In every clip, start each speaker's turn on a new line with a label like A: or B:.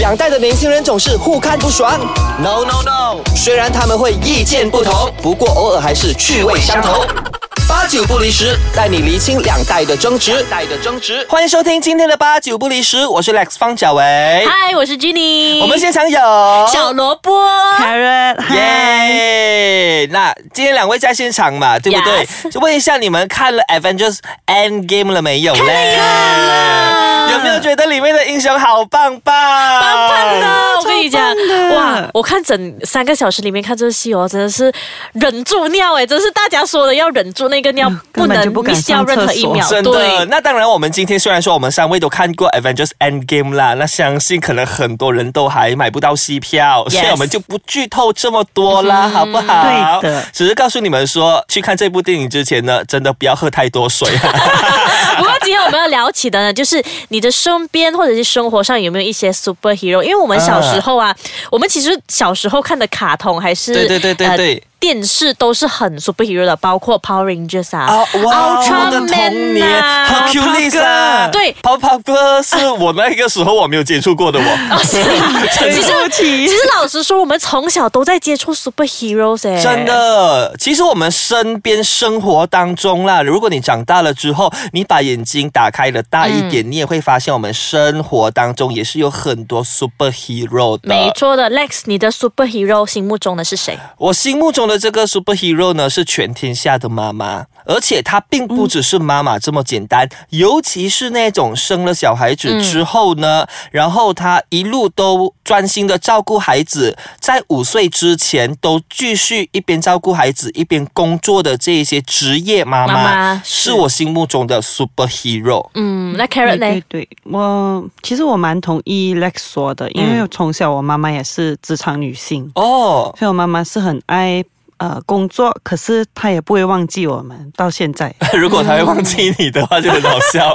A: 两代的年轻人总是互看不爽。
B: No no no，
A: 虽然他们会意见不同，不过偶尔还是趣味相投。八九不离十，带你厘清两代的争执。
B: 代的争执。
A: 欢迎收听今天的八九不离十，我是 Lex 方小维。
C: 嗨，我是 Jenny，
A: 我们现场有
C: 小萝卜，
D: Carrot，嗨，
A: 耶那今天两位在现场嘛，对不对
C: Yes
A: 就问一下你们看了 Avengers End Game 了没有嘞？
C: 了
A: 有没有觉得里面的英雄好棒棒？棒
C: 棒的，我跟你讲
D: 超棒，的
C: 哇，我看整三个小时里面看这个戏哦，真的是忍住尿哎，真是大家说的要忍住那个尿，
D: 嗯根本
C: 能
D: 就不敢
C: miss 掉
D: 上
C: 任何
D: 厕
C: 一
D: 所
C: 秒，
A: 真的，
C: 对。
A: 那当然，我们今天虽然说我们三位都看过 Avengers Endgame 啦，那相信可能很多人都还买不到戏票
C: Yes 嗯
A: 所以我们就不剧透这么多啦，好不好？
D: 对的
A: 只是告诉你们说，去看这部电影之前呢，真的不要喝太多水。啊
C: 不过今天我们要聊起的呢，就是你的身边或者是生活上有没有一些 superhero？因为我们小时候啊，我们其实小时候看的卡通还是呃
A: 对对对对对
C: 电视都是很 superhero 的，包括 Power Rangers 啊，
A: 我的
C: Ultraman
A: 童年
C: 啊
A: ，Hercules 啊，
D: Papa
C: 对
A: ，Pop Pop 哥是我那个时候我没有接触过的 我。
C: 其实其实老实说，我们从小都在接触 superheroes 哎、
A: 真。的，其实我们身边生活当中啦，如果你长大了之后，你把眼睛打开了大一点，你也会发现我们生活当中也是有很多 superhero 的。
C: 没错的，Lex，你的 superhero 心目中的是谁？
A: 我心目中的这个 superhero 呢，是全天下的妈妈，而且她并不只是妈妈这么简单，尤其是那种生了小孩子之后呢，然后她一路都专心的照顾孩子，在五岁之前都继续一边照顾孩子一边工作的这一些职业妈妈，
C: 妈妈
A: 是
C: 是
A: 我心目中的 superhero。
C: 嗯，那
D: 对
C: Carrot 呢
D: 对？对，我其实我蛮同意 Lex 说的，因为从小我妈妈也是职场女性，
A: 哦，
D: 所以我妈妈是很爱呃工作，可是她也不会忘记我们到现在。
A: 如果她会忘记你的话，就很好笑。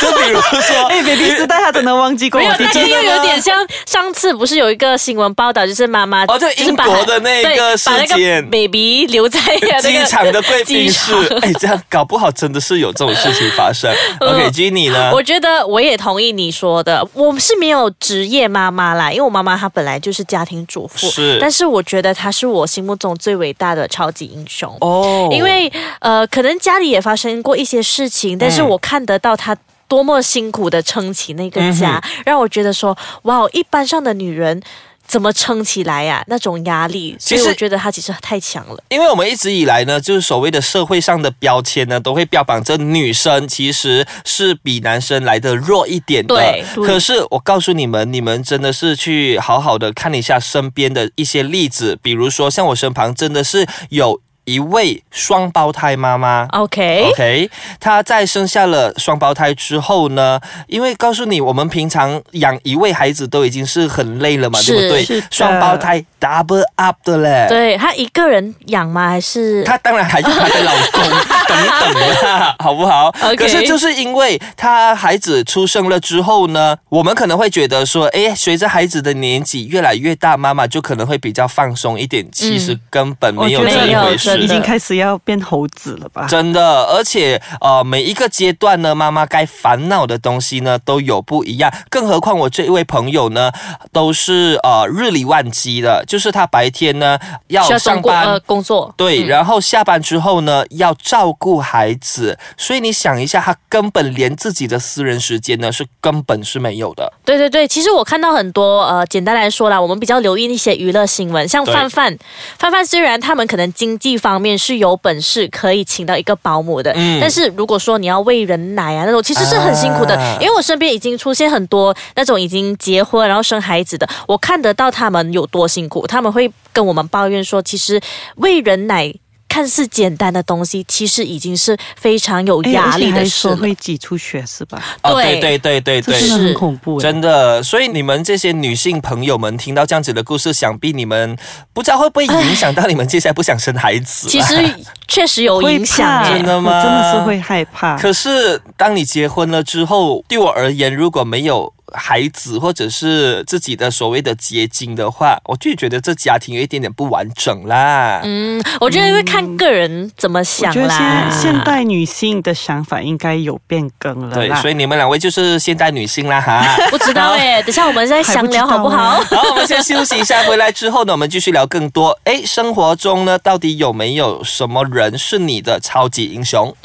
A: 就比如说，
D: 哎，baby 时代她真的忘记过
C: 没有
D: 我，弟
C: 那
D: 弟
C: 个。又有点像上次不是有一个新闻报道，就是妈妈
A: 哦就英国的那
C: 对
A: 个
C: 把那
A: 事件
C: baby 留 在啊那个
A: 机场的贵宾
C: 机
A: 室
C: 场，嗯
A: 哎，这样搞不好真的是有这种事情发 生。OK，Jenny、呢？
C: 我觉得我也同意你说的，我是没有职业妈妈啦，因为我妈妈她本来就是家庭主妇，
A: 是
C: 但是我觉得她是我心目中最伟大的超级英雄。
A: 哦
C: 因为呃，可能家里也发生过一些事情，但
A: 嗯
C: 是我看得到她。多么辛苦的撑起那个
A: 嗯
C: 家，让我觉得说，哇，一般上的女人怎么撑起来呀、那种压力，
A: 其
C: 所
A: 实
C: 以我觉得她其实太强了。
A: 因为我们一直以来呢，就是所谓的社会上的标签呢，都会标榜着女生其实是比男生来的弱一点的。
C: 对
D: 对
A: 可是我告诉你们，你们真的是去好好的看一下身边的一些例子，比如说像我身旁真的是有一位双胞胎妈妈。
C: OK，
A: OK，她在生下了双胞胎之后呢，因为告诉你，我们平常养一位孩子都已经是很累了嘛，
C: 是
A: 对不对
D: 是的？
A: 双胞胎 double up 的嘞。
C: 对她一个人养吗？还是
A: 她当然还有她的老公等等啦， 好不好
C: OK
A: 可是就是因为她孩子出生了之后呢，我们可能会觉得说，哎，随着孩子的年纪越来越大，妈妈就可能会比较放松一点。其实根本
D: 我
A: 没
D: 觉
A: 有这
D: 得
A: 一回事，
C: 真的
D: 已经开始要变猴子了吧？
A: 啊真的，而且呃，每一个阶段呢，妈妈该烦恼的东西呢都有不一样。更何况我这一位朋友呢，都是呃日理万机的，就是他白天呢要
C: 需要
A: 上
C: 通过
A: 班。
C: 呃工作？
A: 对，然后下班之后呢，要照顾孩子，所以你想一下，他根本连自己的私人时间呢是根本是没有的。
C: 对对对，其实我看到很多呃，简单来说啦，我们比较留意一些娱乐新闻，像
A: 对
C: 范范，范范虽然他们可能经济方面是有本事可以请到一个保姆的，
A: 嗯
C: 但是如果说你要喂人奶啊那种，其实是很辛苦的，
A: 啊
C: 因为我身边已经出现很多那种已经结婚然后生孩子的，我看得到他们有多辛苦，他们会跟我们抱怨说，其实喂人奶。看似简单的东西，其实已经是非常有
D: 哎
C: 压力
D: 而且还
C: 的事
D: 说
C: 了。
D: 会挤出血是吧？
A: 哦，对
C: 对
A: 对对对
D: 这
A: 对，
D: 真的很恐怖。欸
A: 真的，所以你们这些女性朋友们听到这样子的故事，想必你们不知道会不会影响到你们接下来不想生孩子、啊
C: 其实确实有
D: 啊会
C: 影响、
D: 怕
C: 欸，
A: 真的吗
C: 啊
D: 我真的是会害怕。
A: 可是当你结婚了之后，对我而言，如果没有孩子或者是自己的所谓的结晶的话，我就觉得这家庭有一点点不完整啦。
C: 嗯，我觉得会看个人怎么
D: 我
C: 想
D: 觉得现
C: 啦。
D: 在现代女性的想法应该有变更了
A: 对
D: 啦，，
A: 所以你们两位就是现代女性啦 哈。
C: 不知道哎，等一下我们再详聊好不
D: 还
C: 好
D: 不？啊
A: 好，我们先休息一下，回来之后呢，我们继续聊更多。诶，生活中呢，到底有没有什么人是你的超级英雄？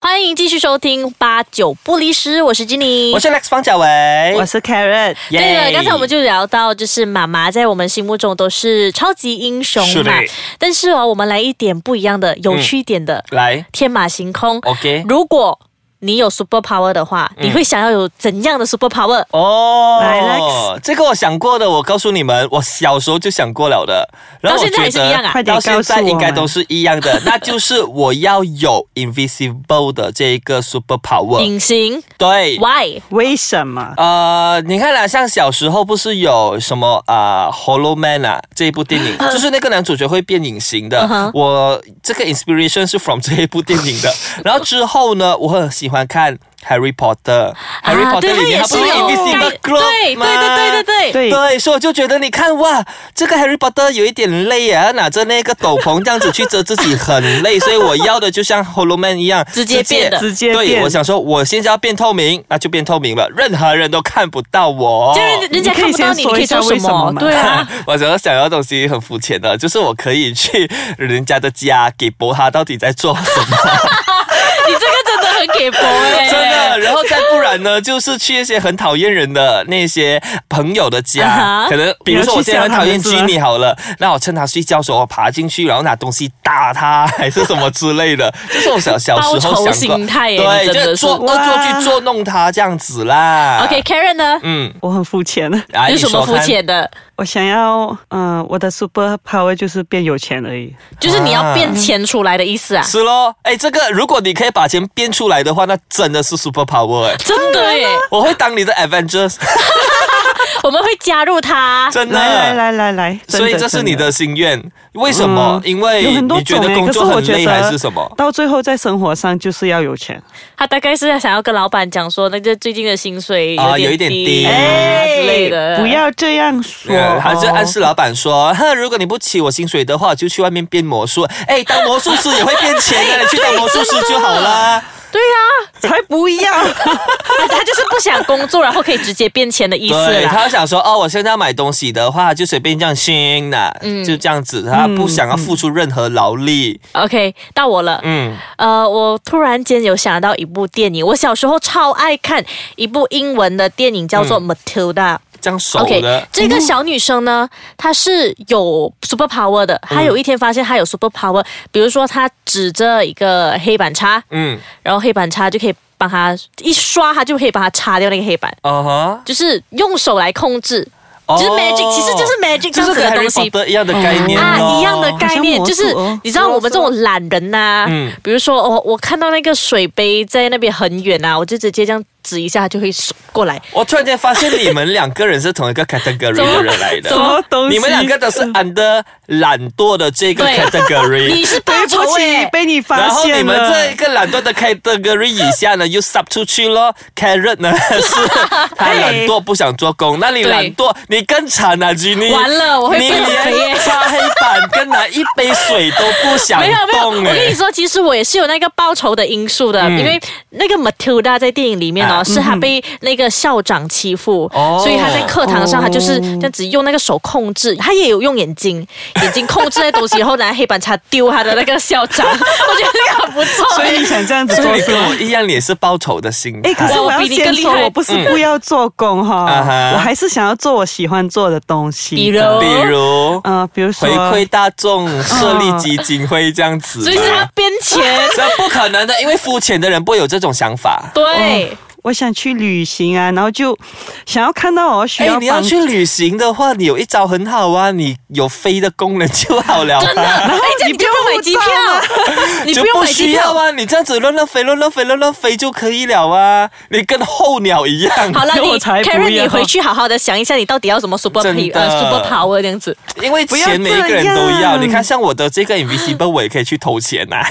C: 欢迎继续收听八九不离十，我是金妮
A: 我。是 Lex 方小维，
D: 我是 Carrot，
C: 对了，
A: 耶
C: 刚才我们就聊到，就是妈妈在我们心目中都是超级英雄
A: 是的
C: 嘛。但是哦，我们来一点不一样的、有趣一点的，
A: 来
C: 天马行空。
A: ，OK，
C: 如果你有 super power 的话，
A: 嗯
C: 你会想要有怎样的 super power？
A: 哦，
D: 来，Lex
A: 这个我想过的，我告诉你们，我小时候就想过了的。然后
C: 到
A: 我
C: 现在还
A: 觉
C: 是一样啊
A: 得
D: 快点
A: 到现
D: 告
A: 在
D: 诉我
A: 应该都是一样 的，那就是我要有 invisible 的这一个 super power。
C: 隐形
A: 对，
C: ？Why？
D: 为什么？
A: 呃，你看啦，像小时候不是有什么啊、呃《Hollow Man》啊这一部电 影，就是那个男主角会变隐形的。
C: 嗯哼
A: 我这个 inspiration 是 from 这一部电影 的。然后之后呢，我很喜欢看《Harry Potter》，《Harry
C: 啊
A: Potter》
C: 对，
A: 里面
C: 也
A: 他不是
C: 有
A: invisible
C: 对对
A: cloak 吗？
C: 对对对对。
D: 对，
A: 哎对，所以我就觉得，你看哇，这个 Harry Potter 有一点累啊，拿着那个斗篷这样子去遮自己很累，所以我要的就像 Hollow Man 一样，
C: 直接变的
D: 直接
A: 对，
D: 变
A: 我想说，我现在要变透明，那就变透明了，任何人都看不到我。
C: 就是人家
D: 你可
C: 看
D: 以
C: 不到
D: 先
C: 你，你
D: 说
C: 可以
D: 一下
C: 做
A: 哦
C: 什
D: 为什么
C: 么？
D: 嘛
C: 对啊，
A: 我想要想要的东西很肤浅的，就是我可以去人家的家给博哈到底在做什么，
C: 你这个真的很给博哎、
A: 真的。。然后再不然呢，就是去一些很讨厌人的那些朋友的
C: 啊
A: 家
C: 哈，
A: 可能比如说我现在很讨厌
D: 你要去吓他们
A: Jenny 好了，那我趁他睡觉的时候我爬进去，然后拿东西打他，还是什么之类的，就是我小小时
C: 报
A: 候
C: 仇
A: 想过
C: 心态耶
A: 对，
C: 你真的
A: 就是是做恶作
D: 哇
A: 剧捉弄他这样子啦。
C: OK，Karen、呢？
A: 嗯，
D: 我很肤浅 的，
A: 来
C: 有什么
A: 你说
C: 肤
A: 看
C: 浅的？
D: 我想要，嗯、我的 super power 就是变有钱而已。
C: 就是你
A: 啊
C: 要变钱出来的意思啊！
A: 是咯，哎，这个如果你可以把钱变出来的话，那真的是 super power 哎。
C: 真的耶，
A: 我会当你的 Avengers，
C: 我们会加入他。
A: 真的。
D: 来来来来来，真
A: 所以这是你的心愿，为什么？
D: 嗯
A: 因为
D: 有很多
A: 你觉
D: 种
A: 得
D: 欸
A: 工
D: 可是
A: 作
D: 我
A: 很
D: 觉
A: 累
D: 得
A: 还是什么？
D: 到最后在生活上就是要有钱，
C: 他大概是想要跟老板讲说，那个最近的薪水
A: 啊
C: 有
A: 有一点低哎
C: 啊之类的。
D: 嗯不要这样说，
C: 哦
A: 嗯还是暗示老板说， 哼，如果你不起我薪水的话，我就去外面变魔术。 哎，当魔术师也会变钱的，你去当魔术师就好 啦。
C: 对啊，
D: 才不要。
C: 他他就是不想工作，然后可以直接变钱的意思
A: 对，
C: 啦。
A: 他想说，哦，我现在要买东西的话，就随便这样新的，
C: 嗯
A: 就这样子，他不想要付出任何劳力。
C: OK，到我了。
A: 嗯，
C: 呃，我突然间有想到一部电影，我小时候超爱看一部英文的电影，叫做
A: 嗯
C: 《Matilda》。
A: 这样熟的。
C: 这个小女生呢，她是有 super power 的。
A: 嗯
C: 她有一天发现她有 super power，、比如说她指着一个黑板擦，
A: 嗯，
C: 然后黑板擦就可以帮她一刷，她就可以帮她擦掉那个黑板，
A: 哦
C: 就是用手来控制，
A: 哈，
C: 就是 magic，、
A: 哦
C: 其实就是 magic 这
A: 就
C: 样
A: 是
C: 子
A: 跟
C: 的
A: Harry
C: 东西。
A: Potter 一样的概念咯
C: 啊，一样的概念，
D: 好像魔术
C: 就是
D: 哦
C: 你知道我们这种懒人呐、
A: 嗯
C: 比如说我我看到那个水杯在那边很远啊，我就直接这样指一下，它就会过来。
A: 我突然间发现你们两个人是同一个 category
C: 怎么嗯
A: 的人来
D: 什
A: 的。
D: 么东西？
A: 你们两个都是 under 懒惰的这个
C: 对
A: category，
C: 你是
D: 对
C: 报仇
D: 不
C: 哎、
D: 起，被你
A: 然
D: 发
A: 后你
D: 现
A: 们
D: 了。
A: 这一个懒惰的 category 以下呢，又 sub 出去咯。Carrot 呢 是他懒惰不想做工，那你
C: 对
A: 懒惰你更惨啊，Jenny。
C: 完了我会
A: 你
C: 变肥耶
A: 连擦黑板跟拿一杯水都不想
C: 没有没有，
A: 动
C: 我跟你
A: 哎。
C: 说，其实我也是有那个报仇的因素的，因为那个 Matilda 在电影里面哦，
A: 啊
C: 是她被那个校长欺负，
A: 哦
C: 所以她在课堂上，
D: 哦
C: 她就是这样子用那个手控制，她也有用眼睛，眼睛控制那东西，然后拿黑板擦丢她的那个校长，我觉得那个很不错。
D: 所以你想这样子
A: 所
D: 做
A: 以你
D: 是
A: 跟
D: 吗
A: 我？一样，你也是报仇的心态。
D: 哎，可是
C: 哇
D: 我
C: 我
D: 要
C: 比你更
D: 先
C: 厉
D: 说，
C: 害嗯
D: 我不是不要做工
A: 啊哈
D: 哈，我还是想要做我喜欢做的东西。
C: 比如
A: 比如
D: 呃，比如说嗯
A: 回馈大众、设立基金会这样子吗。
C: 所以是她编 钱，
A: 这不可能的，因为肤浅的人不会有这种想法。
C: 对。
D: 我想去旅行啊，然后就想要看到我 需
A: 哎、
D: 要
A: 你要
D: 帮助。
A: 去旅行的话，你有一招很好啊，你有飞的功能就好了、啊。
C: 真的，哎，这样你不用买机票， 你
A: 就
C: 不用
A: 不
C: 买机
A: 需要
C: 票。
A: 啊！你这样子乱乱飞、乱乱飞、乱乱飞就可以了啊！你跟候鸟一样。
C: 好了，
D: 我
C: 你
D: 才不
C: Karen，你
D: 要
C: 回去好好的想一下，你到底要什么 super
A: 真
C: p
A: 的
C: 呃 super power 这样子。
A: 因为
D: 不要
A: 钱每一个人
D: 这
A: 都
D: 样
A: 要。你看，像我的这个 invisible，我也可以 去投钱呐、啊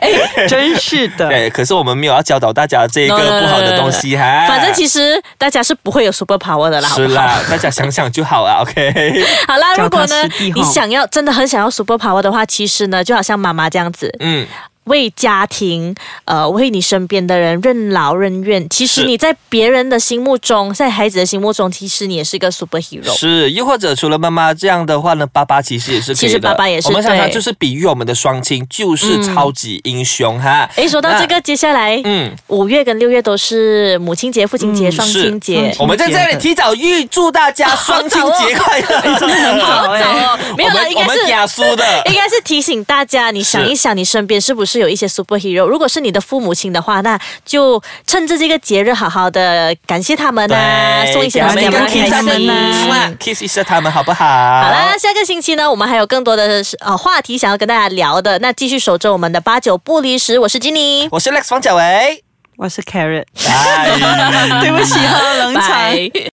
A: 哎
D: 真是的，
C: 哎
A: 对，可是我们没有要教导大家这个
C: No, no, no,
A: 不好的东西哈。
C: 反正其实大家是不会有 super power 的啦，好
A: 哎是
C: 不好？
A: 啦，大家想想就好了，OK。
C: 好啦，
D: 脚
C: 如
D: 踏
C: 果呢
D: 实地，吼
C: 你想要真的很想要 super power 的话，其实呢，就好像妈妈这样子，
A: 嗯，
C: 为家庭，呃，为你身边的人任劳任怨。其实
A: 是
C: 你在别人的心目中，在孩子的心目中，其实你也是一个 super hero。
A: 是，又或者除了妈妈这样的话呢，爸爸其实也是可以的。
C: 其实爸爸也是
A: 我们常常
C: 对
A: 就是比喻我们的双亲就是超级英雄哈。
C: 嗯诶，说到
A: 那
C: 这个，接下来
A: 嗯，
C: 五月跟六月都是母亲节、父亲节、双
A: 是嗯
C: 亲节。
A: 我们在这里提早预祝大家双亲节快乐。真的很
C: 好早哦，
D: 哎
C: 没有
A: 我
C: 啦，
A: 们
C: 应
A: 我
C: 该
A: 们
C: 是。
A: 雅苏 的
C: 应该是提醒大家，你想一想，你身边是不是有一些 superhero？如果是你的父母亲的话，那就趁着这个节日好好的感谢他们啊，
A: 对
C: 送一些
A: 给
C: 东
A: 他
C: 西
A: 们一个
C: 给他
A: kiss 他
C: 们开心
A: 们
C: 啊。
A: ，kiss 一下他们好不好？
C: 好
A: 好
C: 啦，下个星期呢，我们还有更多的呃话题想要跟大家聊的，那继续守着我们的八九不离十，我是金妮，
A: 我是 Lex 方小维。
D: 我是 Carrot，
A: 哎
D: 对不起，喝冷场。
C: 拜。